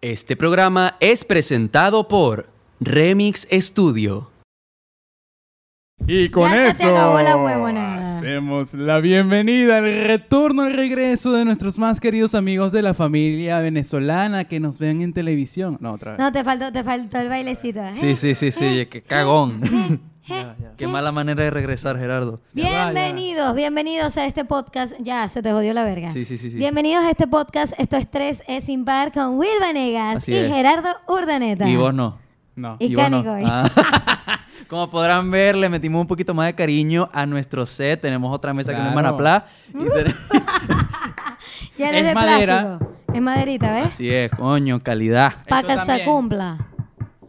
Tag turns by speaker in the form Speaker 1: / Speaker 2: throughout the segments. Speaker 1: Este programa es presentado por Remix Studio.
Speaker 2: Y con
Speaker 3: Ya se
Speaker 2: eso
Speaker 3: te acabó la huevonada.
Speaker 2: hacemos la bienvenida al retorno, al regreso de nuestros más queridos amigos de la familia venezolana que nos ven en televisión. No, otra vez.
Speaker 3: No, te faltó, te faltó el bailecito. ¿eh?
Speaker 4: Sí, sí, sí, sí, qué cagón.
Speaker 3: ¿Eh?
Speaker 4: Qué mala manera de regresar, Gerardo.
Speaker 2: Ya va,
Speaker 3: Bienvenidos, bienvenidos a este podcast. Ya, se te jodió la verga.
Speaker 4: Sí, sí, sí, sí.
Speaker 3: Bienvenidos a este podcast. Esto es 3 es sin par con Will Vanegas
Speaker 4: Así
Speaker 3: y
Speaker 4: es.
Speaker 3: Gerardo Urdaneta.
Speaker 4: Y vos no.
Speaker 2: No.
Speaker 3: Y
Speaker 4: Y vos no.
Speaker 3: Canigoy.
Speaker 4: Ah. Como podrán ver, le metimos un poquito más de cariño a nuestro set. Tenemos otra mesa que no es
Speaker 2: Claro.
Speaker 4: Manaplá. Y
Speaker 3: Uh, ¿eh?
Speaker 4: ten-
Speaker 3: Ya eres
Speaker 4: Es
Speaker 3: de
Speaker 4: madera.
Speaker 3: plástico. Es maderita, ¿ves?
Speaker 4: Así es, coño, calidad.
Speaker 3: Para que se
Speaker 2: también.
Speaker 3: cumpla.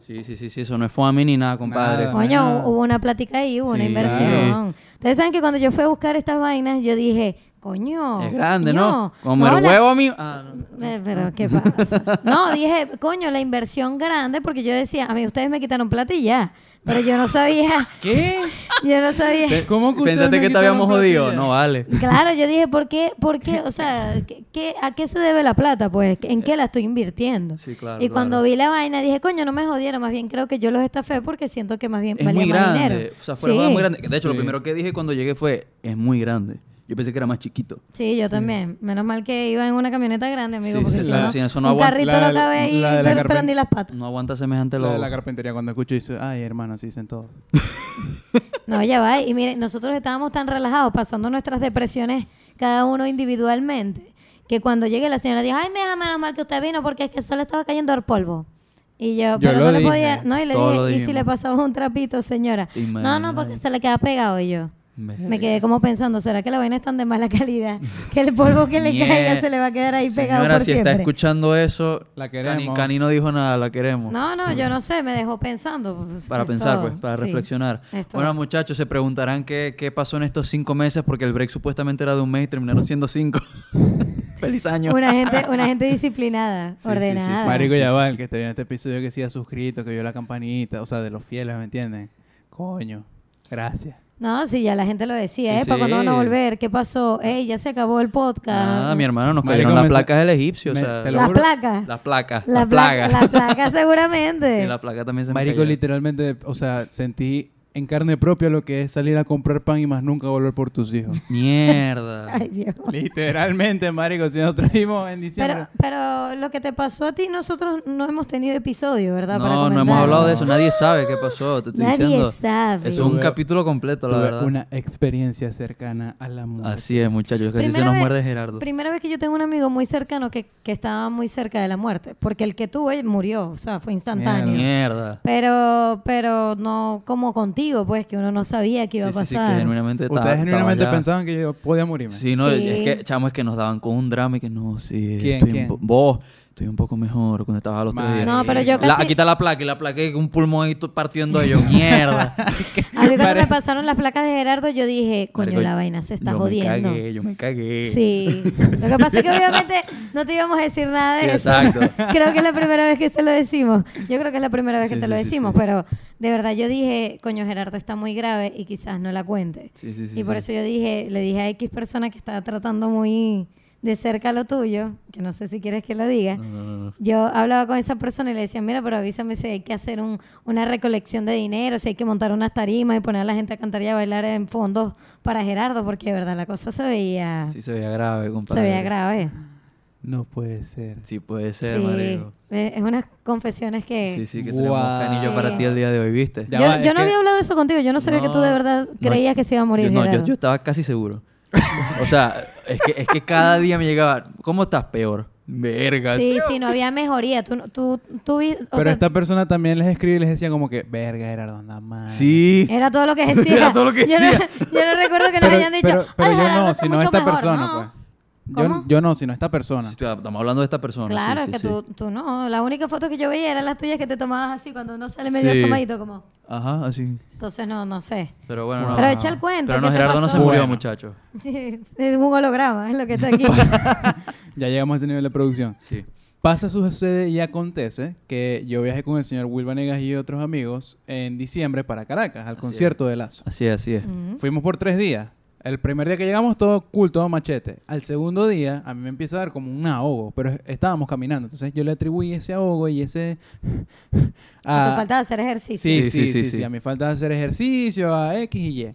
Speaker 4: Sí, sí, sí, sí, eso no es foamy ni nada, compadre.
Speaker 2: Nada.
Speaker 3: Coño,
Speaker 2: Ah.
Speaker 3: hu- hubo una plática ahí, hubo una
Speaker 4: Sí.
Speaker 3: inversión. Ustedes saben que cuando yo fui a buscar estas vainas, yo dije, coño.
Speaker 4: Es grande,
Speaker 3: coño,
Speaker 4: ¿no? Como el
Speaker 3: la-
Speaker 4: huevo mío. Ah, no.
Speaker 3: Eh, pero, ¿qué pasa? No, dije, coño, la inversión grande, porque yo decía, a mí ustedes me quitaron plata y ya. Pero yo no sabía,
Speaker 2: ¿Qué?
Speaker 3: yo no sabía.
Speaker 2: ¿Cómo que ustedes
Speaker 4: Pensaste
Speaker 2: me
Speaker 4: que te
Speaker 2: quitaron
Speaker 4: habíamos jodido.
Speaker 2: platilla?
Speaker 4: No vale.
Speaker 3: Claro, yo dije, ¿por qué? ¿Por qué? O sea, ¿qué- qué- ¿a qué se debe la plata? Pues, ¿en qué la estoy invirtiendo?
Speaker 4: Sí, claro,
Speaker 3: y cuando
Speaker 4: claro.
Speaker 3: vi la vaina, dije, coño, no me jodieron, más bien creo que yo los estafé porque siento que más bien
Speaker 4: Es
Speaker 3: valía
Speaker 4: muy
Speaker 3: más
Speaker 4: grande.
Speaker 3: dinero.
Speaker 4: O sea, fuera
Speaker 3: Sí.
Speaker 4: de joda, muy grande. De hecho, lo
Speaker 2: Sí.
Speaker 4: primero que dije cuando llegué fue: es muy grande. Yo pensé que era más chiquito.
Speaker 3: Sí, yo también. Menos mal que iba en una camioneta grande, amigo,
Speaker 4: Sí,
Speaker 3: porque
Speaker 4: sí,
Speaker 3: si
Speaker 4: la-
Speaker 3: no,
Speaker 4: sí, eso no
Speaker 3: un
Speaker 4: aguanta.
Speaker 3: carrito
Speaker 2: La de
Speaker 3: lo
Speaker 2: la-
Speaker 3: cabe y
Speaker 2: la de la
Speaker 3: pero, pero
Speaker 2: carpen-
Speaker 3: ni las patas.
Speaker 4: No aguanta semejante
Speaker 2: La de
Speaker 4: logo.
Speaker 2: la carpintería cuando escucho dice, ay hermano, así dicen todo.
Speaker 3: No, ya va. Y miren, nosotros estábamos tan relajados pasando nuestras depresiones cada uno individualmente que cuando llegue la señora dijo, ay, me deja menos mal que usted vino porque es que solo estaba cayendo al polvo. Y yo,
Speaker 2: Yo
Speaker 3: pero
Speaker 2: lo
Speaker 3: no le
Speaker 2: dije.
Speaker 3: podía, no, y le
Speaker 4: Todos lo
Speaker 3: dije, ¿y si
Speaker 4: dijimos.
Speaker 3: le pasaba un trapito, señora? No, no,
Speaker 4: Imagínate.
Speaker 3: porque se le queda pegado y yo.
Speaker 4: Verga.
Speaker 3: Me quedé como pensando, ¿será que la vaina es tan de mala calidad que el polvo que le
Speaker 4: Mie-
Speaker 3: caiga se le va a quedar ahí pegado
Speaker 4: Señora,
Speaker 3: por
Speaker 4: si
Speaker 3: siempre?
Speaker 4: está escuchando eso,
Speaker 2: La
Speaker 4: Cani-
Speaker 2: queremos.
Speaker 4: Cani no dijo nada, la queremos.
Speaker 3: No, no, yo no sé, me dejó pensando. pues,
Speaker 4: Para
Speaker 3: es
Speaker 4: pensar,
Speaker 3: todo.
Speaker 4: pues, para
Speaker 3: Sí,
Speaker 4: reflexionar.
Speaker 3: es todo.
Speaker 4: Bueno, muchachos, se preguntarán qué, qué pasó en estos cinco meses, porque el break supuestamente era de un mes y terminaron siendo cinco. Feliz año.
Speaker 3: una gente, una gente disciplinada,
Speaker 4: sí,
Speaker 3: ordenada.
Speaker 4: sí,
Speaker 2: Marico
Speaker 4: Ah, sí,
Speaker 2: ya
Speaker 4: sí,
Speaker 2: va,
Speaker 4: sí.
Speaker 2: el que esté viendo este episodio que sí ha suscrito, que vio la campanita, o sea, de los fieles, ¿me entienden? Coño, gracias.
Speaker 3: No, sí, ya la gente lo decía,
Speaker 4: Sí,
Speaker 3: eh, para cuando
Speaker 4: sí.
Speaker 3: van a volver, ¿qué pasó? Ey, ya se acabó el podcast.
Speaker 4: Ah, mi hermano, nos
Speaker 2: Marico,
Speaker 4: cayeron las
Speaker 2: me-
Speaker 4: placas del egipcio.
Speaker 2: me-
Speaker 4: o sea,
Speaker 2: te lo
Speaker 3: las
Speaker 2: juro.
Speaker 3: placas.
Speaker 4: las placas.
Speaker 3: La
Speaker 4: las plagas.
Speaker 3: La placa seguramente.
Speaker 4: Sí, la placa también se me
Speaker 2: Marico
Speaker 4: cayó.
Speaker 2: literalmente, o sea, sentí en carne propia lo que es salir a comprar pan y más nunca volver por tus hijos.
Speaker 4: Mierda.
Speaker 3: Ay, Dios.
Speaker 2: Literalmente, marico, si nos trajimos en diciembre.
Speaker 3: Pero, pero lo que te pasó a ti, nosotros no hemos tenido episodio, ¿verdad?
Speaker 4: No,
Speaker 3: Para
Speaker 4: no hemos
Speaker 3: comentar.
Speaker 4: hablado de eso. Nadie sabe qué pasó. Te estoy
Speaker 3: Nadie
Speaker 4: diciendo.
Speaker 3: sabe.
Speaker 4: Es un
Speaker 2: Tuve-
Speaker 4: capítulo completo, la
Speaker 2: Tuve
Speaker 4: verdad. Ah,
Speaker 2: una experiencia cercana a la muerte.
Speaker 4: Así es, muchachos. Casi se
Speaker 3: Primera
Speaker 4: nos
Speaker 3: vez-
Speaker 4: muerde Gerardo.
Speaker 3: Primera vez que yo tengo un amigo muy cercano que, que estaba muy cerca de la muerte, porque el que tuve murió, o sea, fue instantáneo.
Speaker 4: Mierda.
Speaker 3: Pero, pero no como contigo, pues, que uno no sabía que iba
Speaker 4: Sí,
Speaker 3: a
Speaker 4: sí, sí, que
Speaker 3: pasar.
Speaker 4: genuinamente ta-
Speaker 2: Ustedes
Speaker 4: estaba
Speaker 2: genuinamente
Speaker 4: ya-
Speaker 2: pensaban que yo podía morirme.
Speaker 4: Sí, no,
Speaker 3: Sí.
Speaker 4: es que, chamo, es que nos daban con un drama y que no, sí.
Speaker 2: ¿Quién,
Speaker 4: estoy un
Speaker 2: quién?
Speaker 4: po- vos, estoy un poco mejor cuando estabas a los tres
Speaker 2: Madre.
Speaker 4: días.
Speaker 3: No, pero yo
Speaker 4: La-
Speaker 3: casi-
Speaker 4: aquí está la placa y la placa y un pulmón ahí to- partiendo de yo. Mierda.
Speaker 3: a mí cuando me
Speaker 2: Pare-
Speaker 3: pasaron las placas de Gerardo, yo dije, coño,
Speaker 4: Marico,
Speaker 3: la vaina se está
Speaker 4: yo
Speaker 3: jodiendo.
Speaker 4: Me cagué, yo me cagué.
Speaker 3: Sí. Lo que pasa es que obviamente no te íbamos a decir nada de
Speaker 4: Sí,
Speaker 3: eso.
Speaker 4: exacto.
Speaker 3: Creo que es la primera vez que se lo decimos. Yo creo que es la primera vez que
Speaker 4: Sí,
Speaker 3: te
Speaker 4: sí,
Speaker 3: lo
Speaker 4: sí,
Speaker 3: decimos,
Speaker 4: sí.
Speaker 3: pero de verdad yo dije, coño, Gerardo está muy grave y quizás no la cuente.
Speaker 4: Sí, sí, sí,
Speaker 3: y por
Speaker 4: sí.
Speaker 3: eso yo dije, le dije a X persona que estaba tratando muy de cerca lo tuyo, que no sé si quieres que lo diga. Yo hablaba con esa persona y le decía, mira, pero avísame si hay que hacer un- una recolección de dinero, si hay que montar unas tarimas y poner a la gente a cantar y a bailar en fondos para Gerardo, porque de verdad la cosa se veía...
Speaker 4: Sí, se veía grave, compadre.
Speaker 3: Se veía grave.
Speaker 2: No puede ser.
Speaker 4: Sí, puede ser,
Speaker 3: Sí.
Speaker 4: marico.
Speaker 3: Eh, Es unas confesiones que.
Speaker 4: Sí, sí, que
Speaker 2: Guau.
Speaker 4: tenemos canillo para ti el día de hoy, ¿viste?
Speaker 2: Ya
Speaker 3: yo
Speaker 2: va,
Speaker 3: yo
Speaker 2: es
Speaker 3: no
Speaker 2: que-
Speaker 3: había hablado de eso contigo. Yo no sabía que tú de verdad
Speaker 4: No,
Speaker 3: creías que se iba a morir.
Speaker 4: Yo, no, yo,
Speaker 3: Gerardo.
Speaker 4: yo estaba casi seguro. o sea, es que, es que cada día me llegaba, ¿cómo estás peor? Verga.
Speaker 3: sí, sí, no había mejoría. Tú, no- tú, tú vi- o
Speaker 2: Pero
Speaker 3: sea,
Speaker 2: esta persona también les escribe y les decía como que, verga, Gerardo, anda mal.
Speaker 4: Sí.
Speaker 3: era todo lo que decía.
Speaker 4: Era todo lo que
Speaker 3: yo, no,
Speaker 4: decía.
Speaker 3: yo no recuerdo que nos hayan dicho.
Speaker 2: pero, pero
Speaker 3: "Ay,
Speaker 2: yo
Speaker 3: Gerardo
Speaker 2: no,
Speaker 3: está
Speaker 2: sino
Speaker 3: mucho
Speaker 2: esta
Speaker 3: mejor".
Speaker 2: persona,
Speaker 3: No.
Speaker 2: pues. Yo,
Speaker 3: ¿Cómo?
Speaker 2: yo no, sino esta persona.
Speaker 4: Sí, Estamos hablando de esta persona.
Speaker 3: Claro,
Speaker 4: sí, sí,
Speaker 3: que
Speaker 4: sí.
Speaker 3: Tú, tú no. La única foto que yo veía eran las tuyas que te tomabas así cuando uno sale medio
Speaker 4: Sí.
Speaker 3: asomadito, como.
Speaker 4: Ajá, así.
Speaker 3: Entonces, no, no sé.
Speaker 4: Pero bueno, no.
Speaker 3: Pero echa el cuento,
Speaker 4: Pero no,
Speaker 3: ¿qué te
Speaker 4: Gerardo no
Speaker 3: pasó?
Speaker 4: se murió,
Speaker 2: Bueno.
Speaker 4: muchacho.
Speaker 3: es un holograma, es lo que está aquí.
Speaker 2: Ya llegamos a ese nivel de producción.
Speaker 4: Sí.
Speaker 2: Pasa, sucede y acontece que yo viajé con el señor Will Vanegas y otros amigos en diciembre para Caracas, al concierto de Lazo.
Speaker 3: Mm.
Speaker 4: Así es, así es.
Speaker 2: Fuimos por tres días. El primer día que llegamos, todo cool, todo machete. Al segundo día, a mí me empieza a dar como un ahogo, pero es- estábamos caminando. Entonces yo le atribuí ese ahogo y ese.
Speaker 3: A tu
Speaker 2: a-
Speaker 3: falta de hacer ejercicio.
Speaker 2: Ah. Sí, sí,
Speaker 4: Sí,
Speaker 2: sí,
Speaker 4: sí,
Speaker 2: sí,
Speaker 4: sí.
Speaker 2: A mi falta de hacer ejercicio, a X y Y.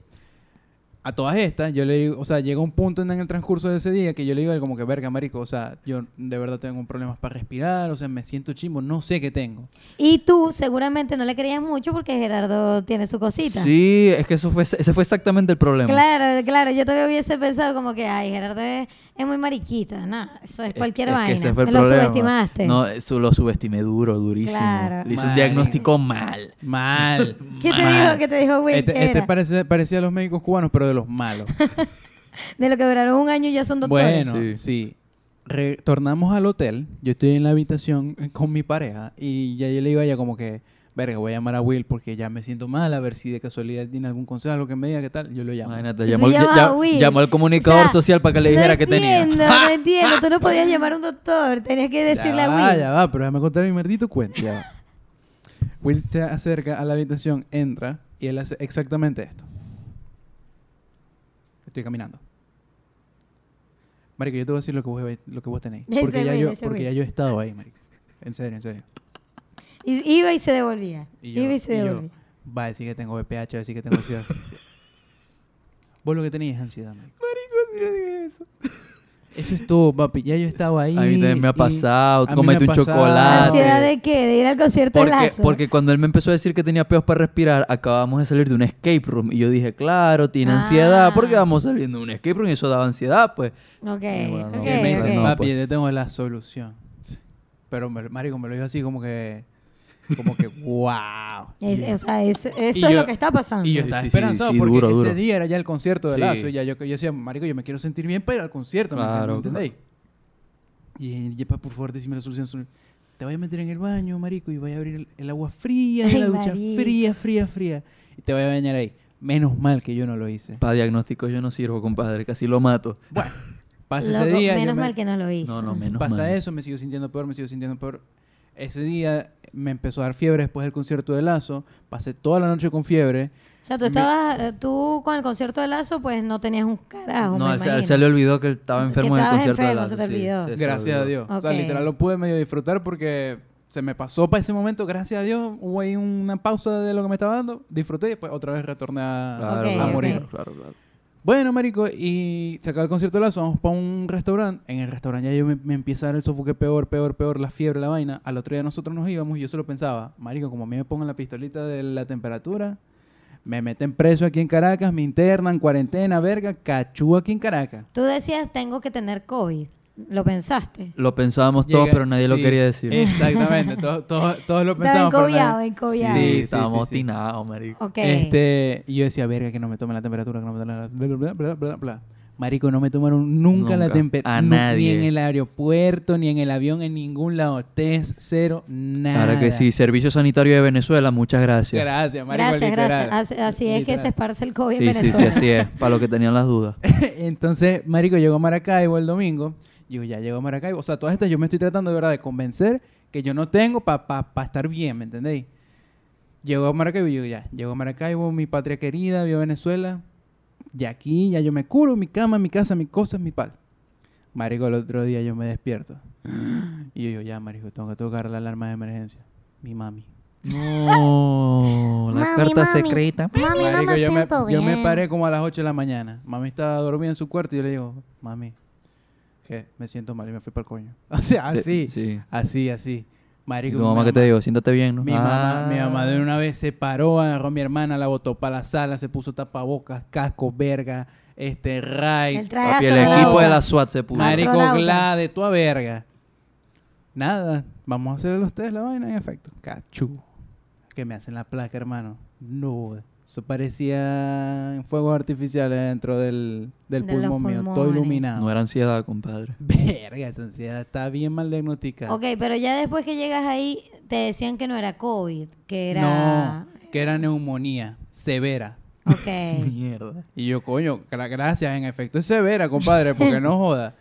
Speaker 2: A todas estas, yo le digo, o sea, llega un punto en el transcurso de ese día que yo le digo a él como que, verga, marico, o sea, yo de verdad tengo problemas para respirar, o sea, me siento chimbo, no sé qué tengo.
Speaker 3: Y tú seguramente no le creías mucho porque Gerardo tiene su cosita.
Speaker 4: Sí, es que eso fue, ese fue exactamente el problema.
Speaker 3: Claro, claro, yo todavía hubiese pensado como que, ay, Gerardo es, es muy mariquita, nada, eso es cualquier
Speaker 4: Es- es
Speaker 3: vaina.
Speaker 4: que ese fue el
Speaker 3: lo
Speaker 4: problema.
Speaker 3: subestimaste.
Speaker 4: No, eso lo subestimé duro, durísimo.
Speaker 3: Claro.
Speaker 4: Le hice
Speaker 2: Mal.
Speaker 4: un diagnóstico mal.
Speaker 2: Mal.
Speaker 3: ¿Qué te
Speaker 2: mal.
Speaker 3: dijo? ¿Qué te dijo Will? que
Speaker 2: Este, este
Speaker 3: era?
Speaker 2: parece, parecía a los médicos cubanos, pero de los malos.
Speaker 3: De lo que duraron un año y ya son doctores.
Speaker 2: Bueno, sí.
Speaker 4: Sí.
Speaker 2: Retornamos al hotel. Yo estoy en la habitación eh, con mi pareja y ya yo le digo a ella como que, verga, voy a llamar a Will porque ya me siento mal, a ver si de casualidad tiene algún consejo, lo que me diga, qué tal. Yo lo llamo.
Speaker 4: Imagínate,
Speaker 3: Y tú
Speaker 4: llamó, al-
Speaker 3: llamas
Speaker 4: ya-
Speaker 3: a Will.
Speaker 4: llamó al comunicador
Speaker 3: "Ah, O sea,
Speaker 4: social para que le
Speaker 3: no
Speaker 4: dijera que tenía. ¡Ah!
Speaker 3: entiendo, No entiendo, tú no podías llamar a un doctor, tenías que
Speaker 2: Ya
Speaker 3: decirle "Ah,
Speaker 2: va,
Speaker 3: a Will.
Speaker 2: Ya va, pero déjame contar mi maldito cuento. ya va. Will se acerca a la habitación, entra y él hace exactamente esto. Estoy caminando. Marico, yo te voy a decir lo que vos, lo que vos tenéis.
Speaker 3: Ese
Speaker 2: Porque, ya
Speaker 3: Will,
Speaker 2: yo,
Speaker 3: ese
Speaker 2: porque
Speaker 3: Will.
Speaker 2: ya yo he estado ahí, marico. En serio, en serio.
Speaker 3: Y, iba y se devolvía.
Speaker 2: Y yo,
Speaker 3: iba y se
Speaker 2: y yo,
Speaker 3: devolvía.
Speaker 2: va a decir que tengo BPH, va a decir que tengo ansiedad. Vos lo que tenéis es ansiedad, marico. Eso es todo, papi. Ya yo estaba ahí.
Speaker 4: A mí también me ha
Speaker 2: y-
Speaker 4: pasado,
Speaker 2: a mí
Speaker 4: comete
Speaker 2: me ha
Speaker 4: un
Speaker 2: pasado.
Speaker 4: chocolate.
Speaker 3: ¿Ansiedad de qué? ¿De ir al concierto de
Speaker 4: Porque,
Speaker 3: Lazo?
Speaker 4: porque cuando él me empezó a decir que tenía peos para respirar, acabamos de salir de un escape room. Y yo dije, claro, tiene
Speaker 3: Ah.
Speaker 4: ansiedad, porque vamos saliendo de un escape room y eso daba ansiedad, pues.
Speaker 3: Ok,
Speaker 4: bueno, no,
Speaker 3: ok,
Speaker 2: Y él me
Speaker 4: ok.
Speaker 2: dice,
Speaker 4: No,
Speaker 2: papi,
Speaker 4: pues.
Speaker 2: yo tengo la solución. Sí. Pero, me- marico, me lo dijo así como que... Como que, wow.
Speaker 3: Es- o sea, eso, eso
Speaker 2: Y
Speaker 3: es
Speaker 2: yo-
Speaker 3: lo que está pasando.
Speaker 2: Y yo
Speaker 4: Sí,
Speaker 2: estaba
Speaker 4: sí, sí,
Speaker 2: esperanzado
Speaker 4: sí,
Speaker 2: porque
Speaker 4: duro,
Speaker 2: ese
Speaker 4: duro.
Speaker 2: día era ya el concierto de
Speaker 4: Sí.
Speaker 2: Lazo. Y ya yo, yo decía, marico, yo me quiero sentir bien para ir al concierto, ¿me
Speaker 4: Claro,
Speaker 2: entiendes? ¿me entendéis? Y Yepa, por favor, decime la solución. sol- Te voy a meter en el baño, marico, y voy a abrir el, el agua fría de
Speaker 3: Ay,
Speaker 2: la ducha,
Speaker 3: marico.
Speaker 2: fría, fría, fría. Y te voy a bañar ahí. Menos mal que yo no lo hice.
Speaker 4: Para diagnósticos yo no sirvo, compadre, casi lo mato.
Speaker 2: Bueno, pasa
Speaker 3: Loco,
Speaker 2: ese día. yo
Speaker 3: menos
Speaker 2: me-
Speaker 3: mal que no lo hizo.
Speaker 4: No, no, menos
Speaker 2: pasa
Speaker 4: mal.
Speaker 2: eso, me sigo sintiendo peor, me sigo sintiendo peor. Ese día me empezó a dar fiebre después del concierto de Lazo. Pasé toda la noche con fiebre.
Speaker 3: O sea, tú estabas, eh, tú con el concierto de Lazo, pues no tenías un carajo,
Speaker 4: No,
Speaker 3: me
Speaker 4: a él se, a él
Speaker 3: imagino.
Speaker 4: se le olvidó que él estaba
Speaker 3: Que
Speaker 4: enfermo en el
Speaker 3: estabas
Speaker 4: concierto. de
Speaker 3: enfermo,
Speaker 4: Lazo,
Speaker 3: se te
Speaker 4: sí,
Speaker 3: olvidó.
Speaker 4: sí, se le
Speaker 2: Gracias a
Speaker 4: olvidó.
Speaker 2: Dios. O sea,
Speaker 3: Ok.
Speaker 2: literal lo pude medio disfrutar porque se me pasó para ese momento. Gracias a Dios hubo ahí una pausa de lo que me estaba dando. Disfruté y después otra vez retorné a,
Speaker 4: Claro,
Speaker 3: Ok,
Speaker 2: a
Speaker 4: claro,
Speaker 3: ok.
Speaker 2: morir.
Speaker 4: claro, claro, claro.
Speaker 2: Bueno, marico, y se acaba el concierto de Lazo, vamos para un restaurante. En el restaurante ya yo me, me empieza a dar el sofoque peor, peor, peor, la fiebre, la vaina. Al otro día nosotros nos íbamos y yo solo pensaba, marico, como a mí me pongan la pistolita de la temperatura, me meten preso aquí en Caracas, me internan, cuarentena, verga, cachú aquí en Caracas.
Speaker 3: Tú decías, tengo que tener COVID. ¿Lo pensaste?
Speaker 4: Lo pensábamos todos,
Speaker 2: Llega-
Speaker 4: pero nadie lo
Speaker 2: sí,
Speaker 4: quería decir.
Speaker 2: Exactamente, todos, todos, todos lo
Speaker 3: Estaba
Speaker 2: pensábamos. pero nadie-
Speaker 3: encobiado,
Speaker 4: Sí,
Speaker 3: encobiado.
Speaker 2: sí, sí,
Speaker 4: estábamos
Speaker 2: sí.
Speaker 4: tinados, marico.
Speaker 3: Ok.
Speaker 2: Este, y yo decía, verga, que no me tomen la temperatura, que no me tomen la... Bla, bla, bla, bla, bla. Marico, no me tomaron nunca, la
Speaker 4: Nunca.
Speaker 2: temperatura.
Speaker 4: A
Speaker 2: Ni
Speaker 4: nadie.
Speaker 2: en el aeropuerto, ni en el avión, en ningún lado. Test, cero, nada.
Speaker 4: Ahora que sí, Servicio Sanitario de Venezuela, muchas gracias.
Speaker 2: Gracias, marico,
Speaker 3: gracias,
Speaker 2: literal.
Speaker 3: gracias. Así, así es que se
Speaker 2: Literal.
Speaker 3: esparce el COVID
Speaker 4: sí, sí,
Speaker 3: en
Speaker 4: sí,
Speaker 3: Venezuela.
Speaker 4: así es. Para los que tenían las dudas.
Speaker 2: Entonces, marico, llegó a Maracaibo el domingo. Yo ya llego a Maracaibo. O sea, todas estas yo me estoy tratando de verdad de convencer que yo no tengo para estar bien, ¿me entendéis? Llego a Maracaibo y yo ya, llego a Maracaibo, mi patria querida, vivo Venezuela. Y aquí ya yo me curo, mi cama, mi casa, mis cosas, mi pal. Marico, el otro día yo me despierto. Y yo, yo ya, marico, tengo que tocar la alarma de emergencia. Mi mami.
Speaker 4: No, la
Speaker 3: Mami,
Speaker 4: carta
Speaker 3: mami.
Speaker 4: secreta.
Speaker 3: Mami, no
Speaker 2: Marico,
Speaker 3: me
Speaker 2: yo, me,
Speaker 3: siento
Speaker 2: yo me
Speaker 3: bien.
Speaker 2: paré como a las 8 de la mañana. Mami estaba dormida en su cuarto y yo le digo, mami, que me siento mal y me fui para el coño. O sea, así,
Speaker 4: Eh, Sí.
Speaker 2: así, así.
Speaker 4: ¿Y
Speaker 2: Ah, Marico,
Speaker 4: tu
Speaker 2: mi
Speaker 4: mamá qué te digo? Siéntate bien, ¿no?
Speaker 2: Mi,
Speaker 4: Ah.
Speaker 2: mamá, mi mamá de una vez se paró, agarró a mi hermana, la botó para la sala, se puso tapabocas, casco, verga, este, ray,
Speaker 3: El
Speaker 4: Papi,
Speaker 3: traje
Speaker 4: el equipo
Speaker 3: astronauta.
Speaker 4: de la SWAT se puso.
Speaker 3: Madre-
Speaker 2: marico,
Speaker 3: astronauta.
Speaker 2: glade, tu verga. Nada, vamos a hacerle a ustedes la vaina en efecto. Cachú. Que me hacen la placa, hermano. No, eso parecía fuegos artificiales dentro del, del
Speaker 3: De los
Speaker 2: pulmón mío. Todo
Speaker 3: pulmones.
Speaker 2: iluminado.
Speaker 4: No era ansiedad, compadre.
Speaker 2: Verga, esa ansiedad está bien mal diagnosticada.
Speaker 3: Ok, pero ya después que llegas ahí, te decían que no era COVID, que era...
Speaker 2: No, que era neumonía severa.
Speaker 3: Ok.
Speaker 4: Mierda.
Speaker 2: Y yo, coño, gra- gracias, en efecto es severa, compadre, porque no joda.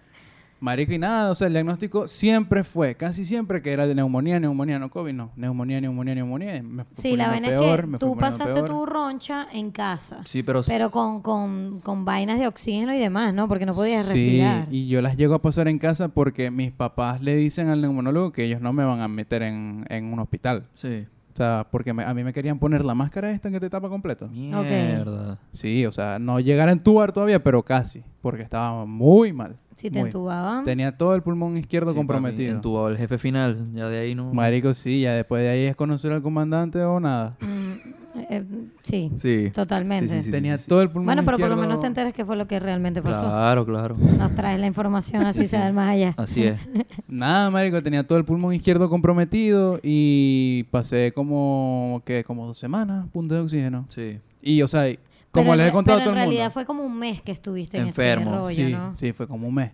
Speaker 2: Marico, y nada, o sea, el diagnóstico siempre fue, casi siempre que era de neumonía, neumonía, no COVID, no. Neumonía, neumonía, neumonía. Me fui
Speaker 3: Sí, la
Speaker 2: poniendo
Speaker 3: vaina
Speaker 2: peor,
Speaker 3: es
Speaker 2: me
Speaker 3: que
Speaker 2: fui
Speaker 3: tú
Speaker 2: poniendo
Speaker 3: pasaste
Speaker 2: peor.
Speaker 3: tu roncha en casa.
Speaker 4: Sí, pero-
Speaker 3: Pero con, con, con vainas de oxígeno y demás, ¿no? Porque no podías respirar.
Speaker 2: Sí, y yo las llego a pasar en casa porque mis papás le dicen al neumonólogo que ellos no me van a meter en, en un hospital.
Speaker 4: Sí.
Speaker 2: O sea, porque me- a mí me querían poner la máscara esta que te tapa completo.
Speaker 4: Mierda.
Speaker 2: Sí, o sea, no llegar a entubar todavía, pero casi, porque estaba muy mal.
Speaker 3: Si te
Speaker 2: muy.
Speaker 3: entubaban.
Speaker 2: Tenía todo el pulmón izquierdo
Speaker 4: Sí, papi,
Speaker 2: comprometido.
Speaker 4: entubado el jefe final. Ya de ahí no.
Speaker 2: Marico, sí, ya después de ahí es conocer al comandante o nada.
Speaker 3: mm, eh, sí,
Speaker 4: Sí.
Speaker 3: totalmente.
Speaker 4: Sí, sí, sí.
Speaker 2: Tenía todo el pulmón
Speaker 3: Bueno, pero por lo
Speaker 2: izquierdo-
Speaker 3: menos te enteras qué fue lo que realmente pasó.
Speaker 4: Claro, claro.
Speaker 3: Nos traes la información así se da el más allá.
Speaker 4: Así es.
Speaker 2: Nada, marico, tenía todo el pulmón izquierdo comprometido y pasé como que como dos semanas punto de oxígeno.
Speaker 4: Sí.
Speaker 2: Y o sea, y- como
Speaker 3: Pero en
Speaker 2: les he
Speaker 3: re-
Speaker 2: contado a
Speaker 3: pero
Speaker 2: todo el
Speaker 3: en
Speaker 2: mundo.
Speaker 3: realidad fue como un mes que estuviste
Speaker 4: Enfermo.
Speaker 3: en ese rollo,
Speaker 2: sí,
Speaker 3: ¿no?
Speaker 2: sí, fue como un mes.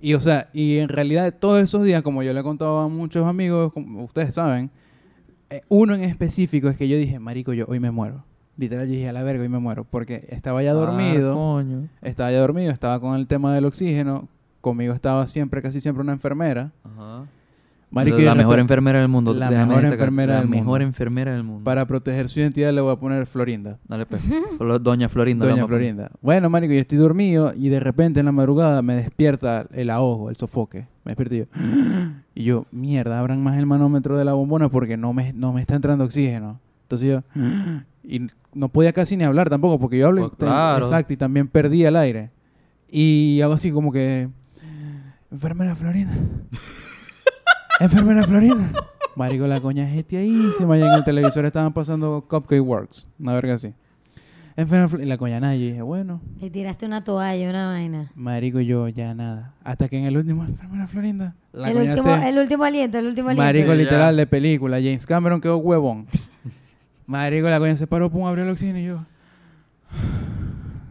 Speaker 2: Y o sea, y en realidad todos esos días, como yo le he contado a muchos amigos, como ustedes saben, eh, uno en específico es que yo dije, marico, yo hoy me muero. Literal, yo dije a la verga, hoy me muero. Porque estaba ya dormido.
Speaker 4: Ah, coño.
Speaker 2: Estaba ya dormido, estaba con el tema del oxígeno. Conmigo estaba siempre, casi siempre, una enfermera.
Speaker 4: Ajá.
Speaker 2: Marico, y
Speaker 4: la
Speaker 2: de
Speaker 4: mejor
Speaker 2: repente-
Speaker 4: enfermera del mundo.
Speaker 2: La
Speaker 4: déjame
Speaker 2: mejor
Speaker 4: destacarte,
Speaker 2: enfermera
Speaker 4: la
Speaker 2: del mundo.
Speaker 4: mejor enfermera del mundo.
Speaker 2: Para proteger su identidad le voy a poner Florinda.
Speaker 4: Dale, pues. Flo- Doña Florinda. la
Speaker 2: Doña
Speaker 4: vamos a poner.
Speaker 2: Florinda. Bueno, marico, yo estoy dormido y de repente en la madrugada me despierta el ahogo, el sofoque. Me despierto y yo. Y yo, mierda, abran más el manómetro de la bombona porque no me, no me está entrando oxígeno. Entonces yo. Y no podía casi ni hablar tampoco porque yo hablo. y
Speaker 4: Pues
Speaker 2: te-
Speaker 4: claro.
Speaker 2: Exacto, y también perdí el aire. Y hago así como que. Enfermera Florinda. Enfermera Florinda. Marico, la coña gente ahí. Se me en el televisor estaban pasando Cupcake Works. Una verga así. Enfermera Florinda. Y la coña nada. Yo dije, bueno,
Speaker 3: Le tiraste una toalla, una vaina.
Speaker 2: marico, yo ya nada. Hasta que en el último, Enfermera Florinda. La
Speaker 3: El
Speaker 2: coña
Speaker 3: último,
Speaker 2: se-
Speaker 3: el último aliento, el último aliento.
Speaker 2: Marico,
Speaker 4: Sí, ya.
Speaker 2: literal, de película. James Cameron quedó huevón. Marico, la coña se paró, pum, abrió el oxígeno y yo.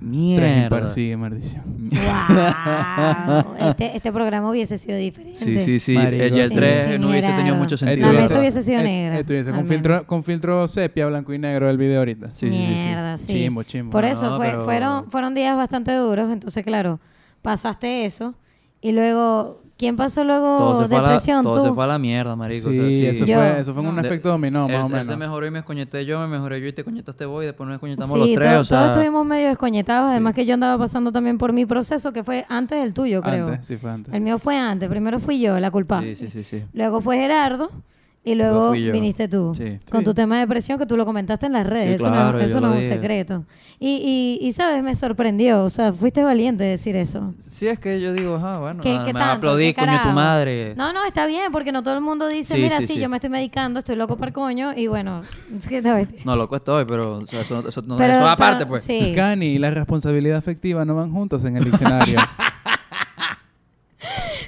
Speaker 2: Tres impar,
Speaker 4: Mierda. Sí,
Speaker 2: sigue, maldición.
Speaker 3: Wow. Este, este programa hubiese sido diferente.
Speaker 4: sí, sí.
Speaker 2: Marico,
Speaker 4: Eh, ya el
Speaker 2: sí.
Speaker 4: 3
Speaker 3: Sí,
Speaker 4: no hubiese
Speaker 3: era.
Speaker 4: tenido mucho
Speaker 3: La
Speaker 4: sentido.
Speaker 3: La
Speaker 4: la
Speaker 3: mesa
Speaker 4: verdad.
Speaker 3: hubiese sido
Speaker 2: Eh,
Speaker 3: negra.
Speaker 2: Estuviese
Speaker 3: al
Speaker 2: con
Speaker 3: menos.
Speaker 2: filtro, con filtro sepia, blanco y negro, el video ahorita.
Speaker 4: Sí, sí, sí, sí.
Speaker 3: Mierda, sí.
Speaker 2: Chimbo, chimbo.
Speaker 3: Por eso
Speaker 4: No,
Speaker 3: fue-
Speaker 4: pero-
Speaker 3: fueron, fueron días bastante duros. Entonces, claro, pasaste eso. Y luego, ¿quién pasó luego
Speaker 4: Todo se fue a la-
Speaker 3: depresión?
Speaker 4: todo se
Speaker 3: Tú.
Speaker 4: fue a la mierda, marico. o
Speaker 2: sí,
Speaker 4: sea, sí.
Speaker 2: Eso,
Speaker 3: Yo-
Speaker 2: fue, eso fue un
Speaker 4: De-
Speaker 2: efecto dominó,
Speaker 4: él,
Speaker 2: más o
Speaker 4: él se
Speaker 2: menos.
Speaker 4: mejoró y me escoñeté yo, me mejoré yo y te escoñetaste vos y después nos escoñetamos
Speaker 3: Sí,
Speaker 4: los tres.
Speaker 3: to-
Speaker 4: o sea,
Speaker 3: todos estuvimos medio desconectados. Además que yo andaba pasando también por mi proceso, que fue antes del tuyo, creo.
Speaker 2: Antes, sí, fue antes.
Speaker 3: El mío fue antes. Primero fui yo, la culpable.
Speaker 4: Sí, sí, sí, sí.
Speaker 3: Luego fue Gerardo. Y luego
Speaker 4: Luego fui yo.
Speaker 3: viniste tú.
Speaker 4: Sí.
Speaker 3: Con
Speaker 2: Sí.
Speaker 3: tu tema de depresión que tú lo comentaste en las redes.
Speaker 4: Sí,
Speaker 3: eso no-
Speaker 4: claro,
Speaker 3: eso
Speaker 4: yo
Speaker 3: no,
Speaker 4: lo
Speaker 3: es un
Speaker 4: dije.
Speaker 3: secreto. Y, y, y, ¿sabes? Me sorprendió. O sea, fuiste valiente de decir eso.
Speaker 4: Sí, es que yo digo, ajá, bueno,
Speaker 3: ¿Qué,
Speaker 4: ah,
Speaker 3: qué
Speaker 4: me
Speaker 3: tanto?
Speaker 4: aplaudí,
Speaker 3: ¿Qué
Speaker 4: coño tu
Speaker 3: carajo?
Speaker 4: madre.
Speaker 3: No, no, está bien, porque no todo el mundo dice,
Speaker 4: Sí,
Speaker 3: mira, sí,
Speaker 4: sí, sí.
Speaker 3: yo me estoy medicando, estoy loco por coño, y bueno, es que, no, mentira.
Speaker 4: No, loco estoy, pero o sea, eso, eso- no-
Speaker 3: Pero-
Speaker 4: eso
Speaker 3: pero-
Speaker 4: aparte, pues.
Speaker 3: Sí.
Speaker 2: Cani y la responsabilidad afectiva no van juntos en el diccionario.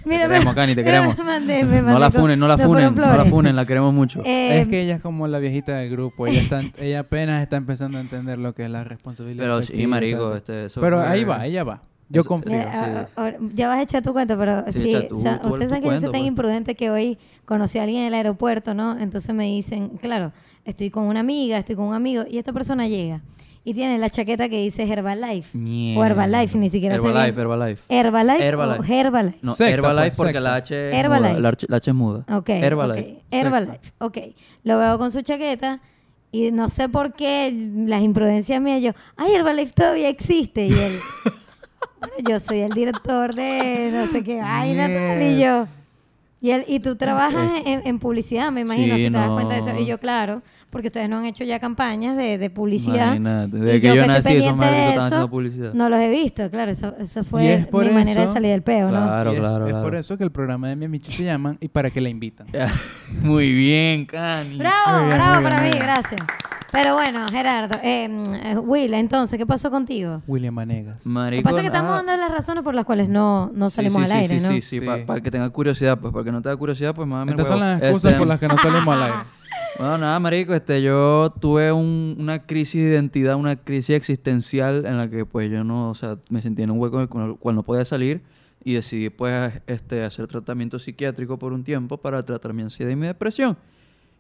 Speaker 3: Mira,
Speaker 4: queremos,
Speaker 3: me-
Speaker 4: Cani, te
Speaker 3: mira,
Speaker 4: queremos.
Speaker 3: me mandé- me
Speaker 4: No
Speaker 3: mandé
Speaker 4: la
Speaker 3: con-
Speaker 4: funen, no la
Speaker 3: me
Speaker 4: funen,
Speaker 3: fueron
Speaker 4: no la
Speaker 3: flores.
Speaker 4: funen, la queremos mucho.
Speaker 3: Eh,
Speaker 2: es que ella es como la viejita del grupo. Ella, está, ella apenas está empezando a entender lo que es la responsabilidad
Speaker 4: Pero sí,
Speaker 2: afectiva. y
Speaker 4: marico,
Speaker 2: todo eso.
Speaker 4: este, eso
Speaker 2: pero
Speaker 4: fue-
Speaker 2: ahí va, ella va. Yo
Speaker 4: Eso-
Speaker 2: confío.
Speaker 3: mira, ahora- eh, ahora- ya vas a echar tu cuenta, pero
Speaker 4: Sí,
Speaker 3: sí,
Speaker 4: echa tú-
Speaker 3: o sea,
Speaker 4: tú el-
Speaker 3: ustedes
Speaker 4: tu
Speaker 3: saben que yo soy
Speaker 4: cuento,
Speaker 3: tan
Speaker 4: pues.
Speaker 3: imprudente que hoy conocí a alguien en el aeropuerto, ¿no? Entonces me dicen, claro, estoy con una amiga, estoy con un amigo, y esta persona llega y tiene la chaqueta que dice Herbalife. O Herbalife, ni siquiera sé
Speaker 4: Herbalife,
Speaker 3: bien.
Speaker 4: Herbalife.
Speaker 3: Herbalife, o
Speaker 4: Herbalife.
Speaker 3: Herbalife.
Speaker 4: No,
Speaker 2: Secta,
Speaker 4: Herbalife
Speaker 2: pues,
Speaker 4: porque
Speaker 2: secta.
Speaker 4: la H es
Speaker 3: Herbalife.
Speaker 4: muda, la, H- la H es muda.
Speaker 3: Ok.
Speaker 4: Herbalife.
Speaker 3: ok. Herbalife. Ok. Lo veo con su chaqueta y no sé por qué las imprudencias mías. Yo, ay, Herbalife todavía existe. Y él, bueno, yo soy el director de no sé qué vaina tal. Y yo, y, él, y tú trabajas en, en publicidad, me imagino,
Speaker 4: Sí,
Speaker 3: si te das
Speaker 4: no.
Speaker 3: cuenta de eso. Y yo, claro, porque ustedes no han hecho ya campañas de, de publicidad.
Speaker 4: Imagínate,
Speaker 3: Y
Speaker 4: desde que yo
Speaker 3: estoy
Speaker 4: nací, esos
Speaker 3: pendiente
Speaker 4: malditos
Speaker 3: de
Speaker 4: están haciendo
Speaker 3: eso,
Speaker 4: publicidad.
Speaker 3: No los he visto, claro. Eso, eso
Speaker 2: Y
Speaker 3: fue
Speaker 2: es por
Speaker 3: mi manera de
Speaker 2: eso-
Speaker 3: salir del peo, ¿no?
Speaker 4: Claro,
Speaker 2: Y es,
Speaker 4: claro,
Speaker 2: es
Speaker 4: claro.
Speaker 2: por eso que el programa de mi amigo se llaman y para que la invitan.
Speaker 4: Muy bien, Cani.
Speaker 3: Bravo,
Speaker 2: Muy bien,
Speaker 3: bravo
Speaker 2: muy bien,
Speaker 3: para mí,
Speaker 2: muy bien.
Speaker 3: gracias. Pero bueno, Gerardo, eh, mm, eh, Will, entonces, ¿qué pasó contigo?
Speaker 2: William Manegas.
Speaker 3: Lo que
Speaker 4: Marico,
Speaker 3: pasa es que estamos
Speaker 4: nada.
Speaker 3: dando las razones por las cuales no, no
Speaker 4: Sí,
Speaker 3: salimos
Speaker 4: sí,
Speaker 3: al
Speaker 4: sí,
Speaker 3: aire,
Speaker 4: sí,
Speaker 3: ¿no?
Speaker 4: Sí, sí,
Speaker 2: Sí.
Speaker 4: pa- para que tenga curiosidad, pues, para que no tenga curiosidad, pues más
Speaker 2: Estas son las excusas por las que no salimos al aire.
Speaker 4: Bueno, nada, marico, este, yo tuve un- una crisis de identidad, una crisis existencial en la que, pues, yo no, o sea, me sentí en un hueco en el cual- cual no podía salir y decidí, pues, este, hacer tratamiento psiquiátrico por un tiempo para tratar mi ansiedad y mi depresión.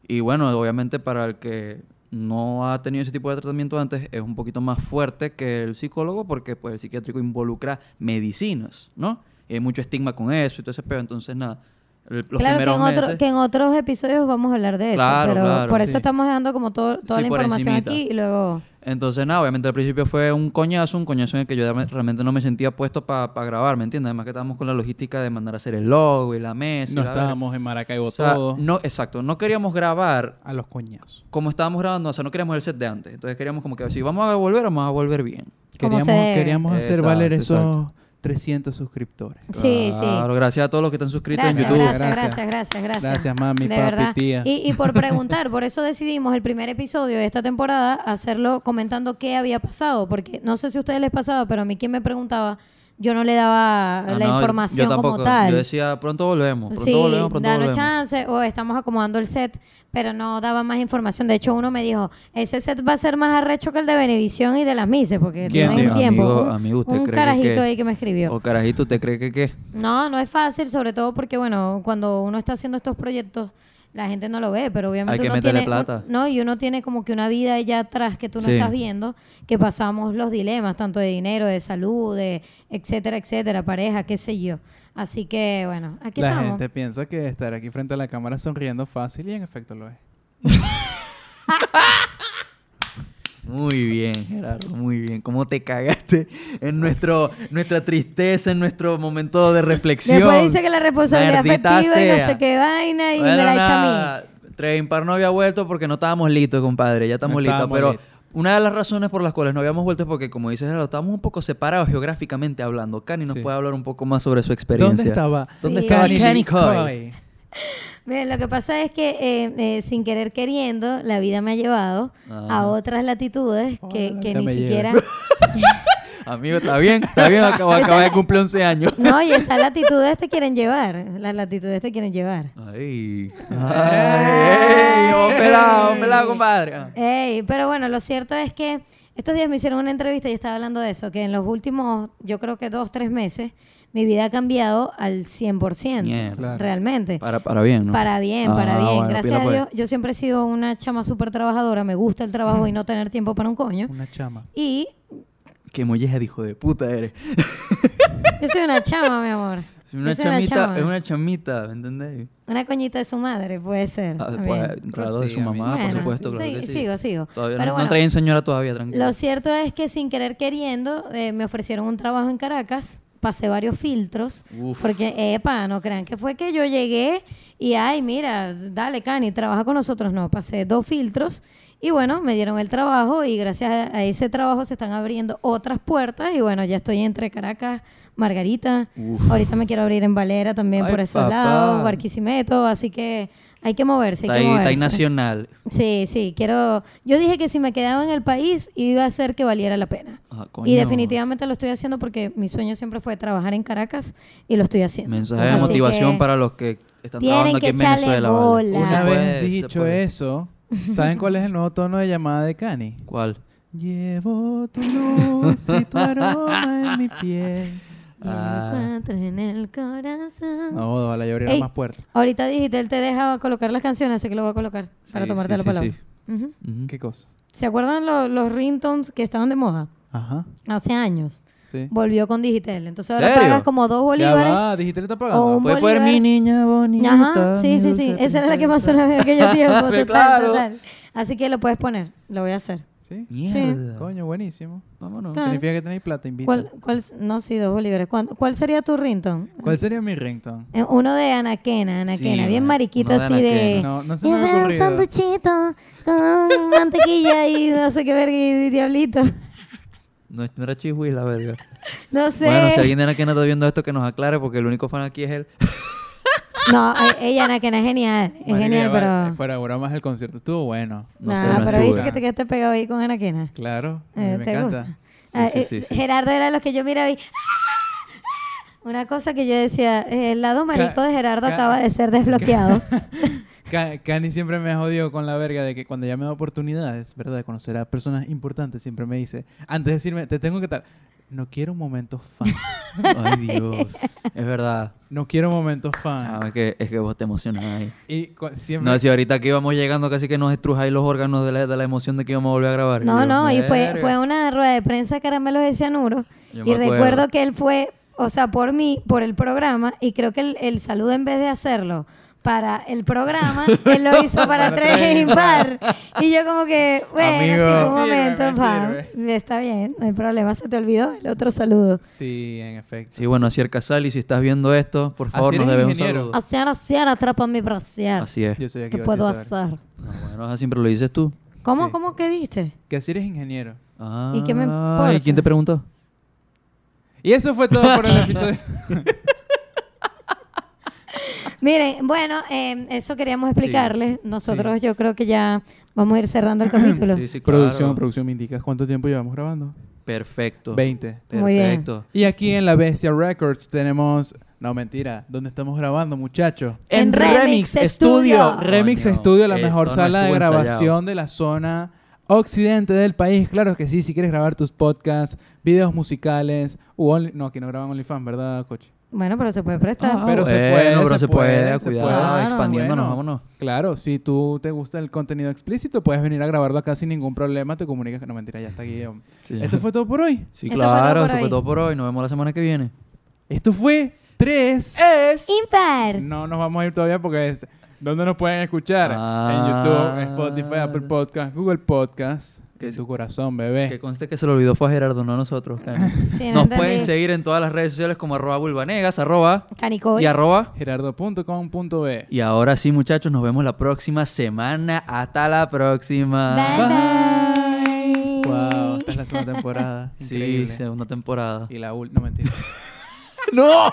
Speaker 4: Y bueno, obviamente para el que no ha tenido ese tipo de tratamiento antes es un poquito más fuerte que el psicólogo porque, pues, el psiquiátrico involucra medicinas, ¿no? y hay mucho estigma con eso y todo ese pedo. Entonces, nada, el- los
Speaker 3: claro, que
Speaker 4: primeros
Speaker 3: en, otro-
Speaker 4: meses-
Speaker 3: que en otros episodios vamos a hablar de eso.
Speaker 4: Claro,
Speaker 3: pero
Speaker 4: claro,
Speaker 3: por eso
Speaker 4: sí.
Speaker 3: estamos dejando como todo, toda
Speaker 4: Sí,
Speaker 3: la
Speaker 4: por
Speaker 3: información
Speaker 4: encimita.
Speaker 3: aquí y luego.
Speaker 4: Entonces, nada, obviamente al principio fue un coñazo, un coñazo en el que yo realme- realmente no me sentía puesto para grabar, ¿me entiendes? Además que estábamos con la logística de mandar a hacer el logo y la mesa. y
Speaker 2: no
Speaker 4: la verga.
Speaker 2: estábamos en Maracaibo
Speaker 4: O sea,
Speaker 2: todos.
Speaker 4: No, exacto, no queríamos grabar
Speaker 2: A los coñazos.
Speaker 4: como estábamos grabando, o sea, no queríamos el set de antes. Entonces queríamos como que si vamos a volver, vamos a volver bien.
Speaker 3: Como
Speaker 2: Queríamos,
Speaker 3: se debe.
Speaker 2: queríamos hacer
Speaker 4: Exacto,
Speaker 2: valer esos
Speaker 4: exacto.
Speaker 2: 300 suscriptores.
Speaker 3: Sí, sí.
Speaker 4: Claro, gracias a todos los que están suscritos
Speaker 3: Gracias,
Speaker 4: en YouTube.
Speaker 3: gracias,
Speaker 2: Gracias.
Speaker 3: gracias, gracias, gracias.
Speaker 2: Gracias, mami,
Speaker 3: De
Speaker 2: papi,
Speaker 3: verdad.
Speaker 2: tía.
Speaker 3: Y, y por preguntar, por eso decidimos el primer episodio de esta temporada hacerlo comentando qué había pasado, porque no sé si a ustedes les pasaba, pero a mí quien me preguntaba, yo no le daba
Speaker 4: Ah,
Speaker 3: la
Speaker 4: no,
Speaker 3: información
Speaker 4: yo tampoco.
Speaker 3: como tal.
Speaker 4: Yo decía, pronto volvemos, pronto
Speaker 3: sí,
Speaker 4: volvemos, pronto
Speaker 3: danos
Speaker 4: volvemos.
Speaker 3: chance o estamos acomodando el set, pero no daba más información. De hecho, uno me dijo, ese set va a ser más arrecho que el de Benevisión y de las Mises, porque
Speaker 2: ¿Quién
Speaker 3: tiene un
Speaker 2: dijo?
Speaker 3: tiempo.
Speaker 4: Amigo,
Speaker 3: un
Speaker 4: amigo, ¿usted
Speaker 3: un
Speaker 4: cree que-
Speaker 3: carajito ahí que me escribió.
Speaker 4: O carajito, ¿usted cree que qué?
Speaker 3: No, no es fácil, sobre todo porque, bueno, cuando uno está haciendo estos proyectos, la gente no lo ve, pero obviamente
Speaker 4: Hay que
Speaker 3: uno
Speaker 4: meterle
Speaker 3: tiene.
Speaker 4: plata.
Speaker 3: un- no, y uno tiene como que una vida allá atrás que tú no
Speaker 4: Sí.
Speaker 3: estás viendo, que pasamos los dilemas, tanto de dinero, de salud, de etcétera, etcétera, pareja, qué sé yo. Así que, bueno, aquí
Speaker 2: La
Speaker 3: estamos.
Speaker 2: gente piensa que estar aquí frente a la cámara sonriendo es fácil y en efecto lo es.
Speaker 4: Muy bien, Gerardo, muy bien. ¿Cómo te cagaste en nuestro, nuestra tristeza, en nuestro momento de reflexión?
Speaker 3: Después dice que la responsabilidad
Speaker 4: Maldita
Speaker 3: afectiva y no
Speaker 4: sea.
Speaker 3: sé qué vaina y me
Speaker 4: Bueno,
Speaker 3: la echa a mí.
Speaker 4: nada, Tres Impar no había vuelto porque no estábamos listos, compadre. Ya estamos
Speaker 2: No
Speaker 4: listos.
Speaker 2: estábamos
Speaker 4: Pero
Speaker 2: listos.
Speaker 4: una de las razones por las cuales no habíamos vuelto es porque, como dices, Gerardo, estábamos un poco separados geográficamente hablando. Cani nos
Speaker 2: Sí.
Speaker 4: puede hablar un poco más sobre su experiencia.
Speaker 2: ¿Dónde estaba?
Speaker 3: ¿Dónde Sí.
Speaker 4: estaba Kenny Coy?
Speaker 3: Miren, lo que pasa es que eh, eh, sin querer queriendo, la vida me ha llevado
Speaker 4: Ah.
Speaker 3: a otras latitudes
Speaker 2: Ah,
Speaker 3: que,
Speaker 2: la
Speaker 3: que
Speaker 2: vida
Speaker 3: ni
Speaker 2: me lleva.
Speaker 3: siquiera...
Speaker 4: Amigo, está bien, está bien. Acabo, acabo de cumplir 11 años.
Speaker 3: No, y esas latitudes te quieren llevar. Las latitudes te quieren llevar.
Speaker 4: Ay.
Speaker 2: Ah.
Speaker 4: Ay. Un pelado, un pelado, compadre. Ah.
Speaker 3: Ey, pero bueno, lo cierto es que estos días me hicieron una entrevista y estaba hablando de eso, que en los últimos, yo creo que dos, tres meses, mi vida ha cambiado al 100%.
Speaker 4: Mierda.
Speaker 2: Claro.
Speaker 3: Realmente.
Speaker 4: Para, para bien, ¿no?
Speaker 3: Para bien,
Speaker 4: Ah,
Speaker 3: para bien.
Speaker 4: bueno,
Speaker 3: Gracias
Speaker 4: pila,
Speaker 3: a
Speaker 4: pues.
Speaker 3: Dios. Yo siempre he sido una chama súper trabajadora. Me gusta el trabajo y no tener tiempo para un coño.
Speaker 2: Una chama.
Speaker 3: Y
Speaker 4: Qué molleja de hijo de puta eres.
Speaker 3: yo soy una chama, mi amor.
Speaker 4: Es una
Speaker 3: Yo soy
Speaker 4: chamita,
Speaker 3: chama.
Speaker 4: es una chamita, ¿me entendéis?
Speaker 3: Una coñita de su madre, puede ser.
Speaker 4: Ah,
Speaker 3: también.
Speaker 4: pues, claro, de
Speaker 2: Sí,
Speaker 4: su
Speaker 2: a mí
Speaker 4: mamá,
Speaker 3: Bueno,
Speaker 4: por supuesto. claro
Speaker 3: sí,
Speaker 4: que sí.
Speaker 3: sigo, sigo.
Speaker 4: Todavía
Speaker 3: Pero
Speaker 4: no,
Speaker 3: bueno.
Speaker 4: no traen señora todavía, tranquilo.
Speaker 3: Lo cierto es que sin querer queriendo eh, me ofrecieron un trabajo en Caracas, pasé varios filtros,
Speaker 4: Uf.
Speaker 3: porque, epa, no crean que fue que yo llegué y, ay, mira, dale, Cani, trabaja con nosotros. No, pasé dos filtros y bueno, me dieron el trabajo y gracias a, a ese trabajo se están abriendo otras puertas y bueno, ya estoy entre Caracas, Margarita, ahorita me quiero abrir en Valera también
Speaker 4: Ay,
Speaker 3: por esos
Speaker 4: papá.
Speaker 3: lados, Barquisimeto, así que hay que moverse, hay
Speaker 4: Está
Speaker 3: que
Speaker 4: ahí, está ahí
Speaker 3: moverse.
Speaker 4: nacional.
Speaker 3: Sí, sí, quiero... Yo dije que si me quedaba en el país iba a hacer que valiera la pena.
Speaker 4: Ah,
Speaker 3: Y
Speaker 4: coño.
Speaker 3: definitivamente lo estoy haciendo porque mi sueño siempre fue trabajar en Caracas y lo estoy haciendo.
Speaker 4: Mensaje de
Speaker 3: Así
Speaker 4: motivación
Speaker 3: que-
Speaker 4: para los que están
Speaker 3: tienen
Speaker 4: trabajando aquí
Speaker 3: que
Speaker 4: en
Speaker 3: echarle
Speaker 4: Venezuela. ¿vale?
Speaker 3: bola.
Speaker 4: Se
Speaker 2: Una
Speaker 4: puede,
Speaker 2: vez
Speaker 4: se
Speaker 2: dicho
Speaker 4: puede.
Speaker 2: eso, ¿saben cuál es el nuevo tono de llamada de Cani?
Speaker 4: ¿Cuál?
Speaker 2: Llevo tu luz y tu aroma en mi piel.
Speaker 3: Y
Speaker 4: Ah.
Speaker 3: encuentro en el corazón.
Speaker 2: No, ojalá yo abriera
Speaker 3: Ey,
Speaker 2: más puertas.
Speaker 3: Ahorita Digital te deja colocar las canciones, así que lo voy a colocar para
Speaker 4: Sí,
Speaker 3: tomarte
Speaker 4: sí,
Speaker 3: la
Speaker 4: sí,
Speaker 3: palabra. Ujú.
Speaker 4: Ujú.
Speaker 2: ¿Qué cosa?
Speaker 3: ¿Se acuerdan lo- los ringtones que estaban de moda
Speaker 2: Ajá,
Speaker 3: hace años?
Speaker 2: sí.
Speaker 3: Volvió con Digital. Entonces ahora
Speaker 4: ¿Serio?
Speaker 3: pagas como dos
Speaker 2: Ya
Speaker 3: bolívares.
Speaker 2: va, Digital está
Speaker 3: O
Speaker 2: pagando.
Speaker 3: un
Speaker 4: Puede poner
Speaker 3: bolívar.
Speaker 4: mi niña bonita.
Speaker 3: Ajá, sí,
Speaker 4: mi
Speaker 3: sí,
Speaker 4: dulce
Speaker 3: sí. Esa era la que más
Speaker 4: princesa.
Speaker 3: sonaba en aquello tiempo. Total,
Speaker 4: Claro.
Speaker 3: total. Así que lo puedes poner. Lo voy a hacer.
Speaker 2: Sí.
Speaker 4: Mierda.
Speaker 2: Coño, buenísimo.
Speaker 4: Vámonos.
Speaker 3: Claro.
Speaker 2: Significa que tenéis plata, invita.
Speaker 3: ¿Cuál,
Speaker 2: ¿Cuál,
Speaker 3: cuál, no, sí, dos bolívares. ¿Cuál, cuál sería tu rington?
Speaker 2: sería mi ringtone?
Speaker 3: Uno de Anaquena, Anaquena.
Speaker 4: Sí,
Speaker 3: bien
Speaker 4: uno-
Speaker 3: mariquito
Speaker 4: uno de
Speaker 3: así de...
Speaker 4: Anaquena.
Speaker 2: No, no se
Speaker 3: Y
Speaker 2: me había
Speaker 3: de un
Speaker 2: ocurrido.
Speaker 3: sanduchito con mantequilla y no sé qué verga y diablito.
Speaker 4: No, no era chihui la verga.
Speaker 3: No sé.
Speaker 4: Bueno, si alguien de Anaquena está viendo esto, que nos aclare, porque el único fan aquí es él.
Speaker 3: No, eh, ella Anaquena es genial. Es
Speaker 2: Marico,
Speaker 3: genial,
Speaker 2: ya va,
Speaker 3: pero...
Speaker 2: eh, Fuera de bromas, el concierto estuvo bueno.
Speaker 4: No
Speaker 3: Nah,
Speaker 4: sé, no
Speaker 3: pero
Speaker 4: estuve.
Speaker 3: viste que te quedaste pegado ahí con Anaquena.
Speaker 2: Claro, a mí
Speaker 3: Eh,
Speaker 2: me
Speaker 3: ¿Te
Speaker 2: encanta.
Speaker 3: gusta? Ah,
Speaker 4: sí,
Speaker 3: eh,
Speaker 4: sí, sí.
Speaker 3: Gerardo era los que yo miraba y... "Ah, Una cosa que yo decía, eh, el lado marico de Gerardo
Speaker 2: ca-
Speaker 3: acaba de ser desbloqueado.
Speaker 2: Ca- Cani siempre me ha jodido con la verga de que cuando ya me da oportunidades, ¿verdad? De conocer a personas importantes, siempre me dice, antes de decirme, te tengo que tal, no quiero momentos fan,
Speaker 4: Ay, Dios. Es verdad.
Speaker 2: no quiero momentos fan.
Speaker 4: Ah, es, que, es que vos te emocionas ahí.
Speaker 2: Y cu- siempre...
Speaker 4: No, si ahorita que íbamos llegando casi que nos estrujáis los órganos de la, de la emoción de que íbamos a volver a grabar.
Speaker 3: No,
Speaker 4: Yo,
Speaker 3: no, y fue,
Speaker 4: verga.
Speaker 3: fue una rueda de prensa caramelos de cianuro.
Speaker 4: Yo
Speaker 3: Y
Speaker 4: me acuerdo.
Speaker 3: recuerdo que él fue o sea, por mí, por el programa, y creo que el, el saludo en vez de hacerlo para el programa, él lo hizo para tres impar. Y yo como que, bueno,
Speaker 4: Amigo.
Speaker 3: sí, un
Speaker 2: Me sirve,
Speaker 3: momento,
Speaker 2: me
Speaker 3: pa.
Speaker 2: sirve.
Speaker 3: Está bien, no hay problema, se te olvidó el otro saludo.
Speaker 2: Sí, en efecto.
Speaker 4: Sí, bueno, Asier Casali, si estás viendo esto, por favor,
Speaker 2: Asier
Speaker 4: nos
Speaker 2: es
Speaker 4: debes un
Speaker 2: ingeniero.
Speaker 4: saludo.
Speaker 3: Hacer, hacer, atrapa mi brasier.
Speaker 4: Así es.
Speaker 2: Yo soy aquí.
Speaker 3: ¿Qué puedo hacer?
Speaker 4: No, bueno, ajá, siempre lo dices tú.
Speaker 3: ¿Cómo,
Speaker 2: Sí.
Speaker 3: cómo que diste?
Speaker 2: Que así eres ingeniero.
Speaker 3: ¿Y qué me
Speaker 4: Ah, ¿Y
Speaker 3: importa?
Speaker 4: quién te preguntó?
Speaker 2: Y eso fue todo por el episodio.
Speaker 3: Miren, bueno, eh, eso queríamos explicarles. Nosotros yo creo que ya vamos a ir cerrando el capítulo.
Speaker 4: Sí, sí, claro.
Speaker 2: Producción, producción, ¿me indicas cuánto tiempo llevamos grabando?
Speaker 4: Perfecto.
Speaker 2: 20.
Speaker 3: Muy bien.
Speaker 4: Perfecto.
Speaker 2: Y aquí en la Bestia Records tenemos. No, mentira. ¿Dónde estamos grabando, muchachos?
Speaker 3: En Remix Studio.
Speaker 2: Remix
Speaker 4: Coño,
Speaker 2: Studio, la
Speaker 4: eso
Speaker 2: mejor
Speaker 4: no
Speaker 2: sala de
Speaker 4: estuvo
Speaker 2: grabación
Speaker 4: ensayado.
Speaker 2: de la zona occidente del país. Claro que sí, si quieres grabar tus podcasts, videos musicales. u only- no, aquí no graban OnlyFans, ¿verdad, coche?
Speaker 3: Bueno, pero se puede prestar.
Speaker 4: Ah,
Speaker 2: Pero se
Speaker 4: bueno,
Speaker 2: puede,
Speaker 4: pero
Speaker 2: se
Speaker 4: se puede,
Speaker 2: puede, se
Speaker 4: cuidado,
Speaker 3: puede.
Speaker 4: expandiéndonos,
Speaker 2: Ah, Bueno.
Speaker 4: vámonos.
Speaker 2: Claro, si tú te gusta el contenido explícito, puedes venir a grabarlo acá sin ningún problema. Te comunicas que no mentira, ya está Guillaume.
Speaker 4: Sí.
Speaker 2: Esto fue todo por hoy.
Speaker 4: Sí,
Speaker 3: Esto fue todo
Speaker 4: claro,
Speaker 3: por
Speaker 4: esto fue
Speaker 3: hoy.
Speaker 4: todo por hoy. Nos vemos la semana que viene.
Speaker 2: Esto fue 3.
Speaker 4: Eh.
Speaker 3: Impar.
Speaker 4: Mm.
Speaker 2: No nos vamos a ir todavía porque es. ¿Dónde nos pueden escuchar?
Speaker 4: Ah.
Speaker 2: en YouTube, Spotify, Apple Podcast, Google Podcast.
Speaker 4: Que
Speaker 2: En
Speaker 4: sí.
Speaker 2: tu corazón, bebé.
Speaker 4: Que conste que se lo olvidó fue a Gerardo, no a nosotros. Karen.
Speaker 3: Sí, no
Speaker 4: Nos
Speaker 3: entendí.
Speaker 4: pueden seguir en todas las redes sociales como arroba vulvanegas, arroba
Speaker 3: Canicoy.
Speaker 4: y arroba.
Speaker 2: Gerardo.com.be.
Speaker 4: Y ahora sí, muchachos, nos vemos la próxima semana. Hasta la próxima.
Speaker 3: Bye, bye.
Speaker 2: Wow, esta es la segunda temporada.
Speaker 4: Sí,
Speaker 2: Increíble.
Speaker 4: segunda temporada.
Speaker 2: Y la última, no mentira.
Speaker 1: ¡No!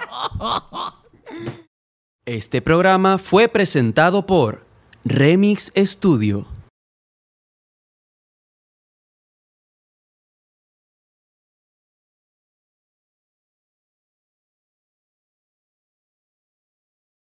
Speaker 1: Este programa fue presentado por Remix Studio.